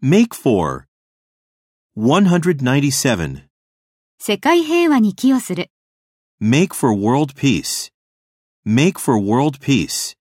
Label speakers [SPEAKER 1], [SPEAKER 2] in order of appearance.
[SPEAKER 1] Make for 197.
[SPEAKER 2] 世界平和に寄与する。
[SPEAKER 1] Make for world peace. Make for world peace.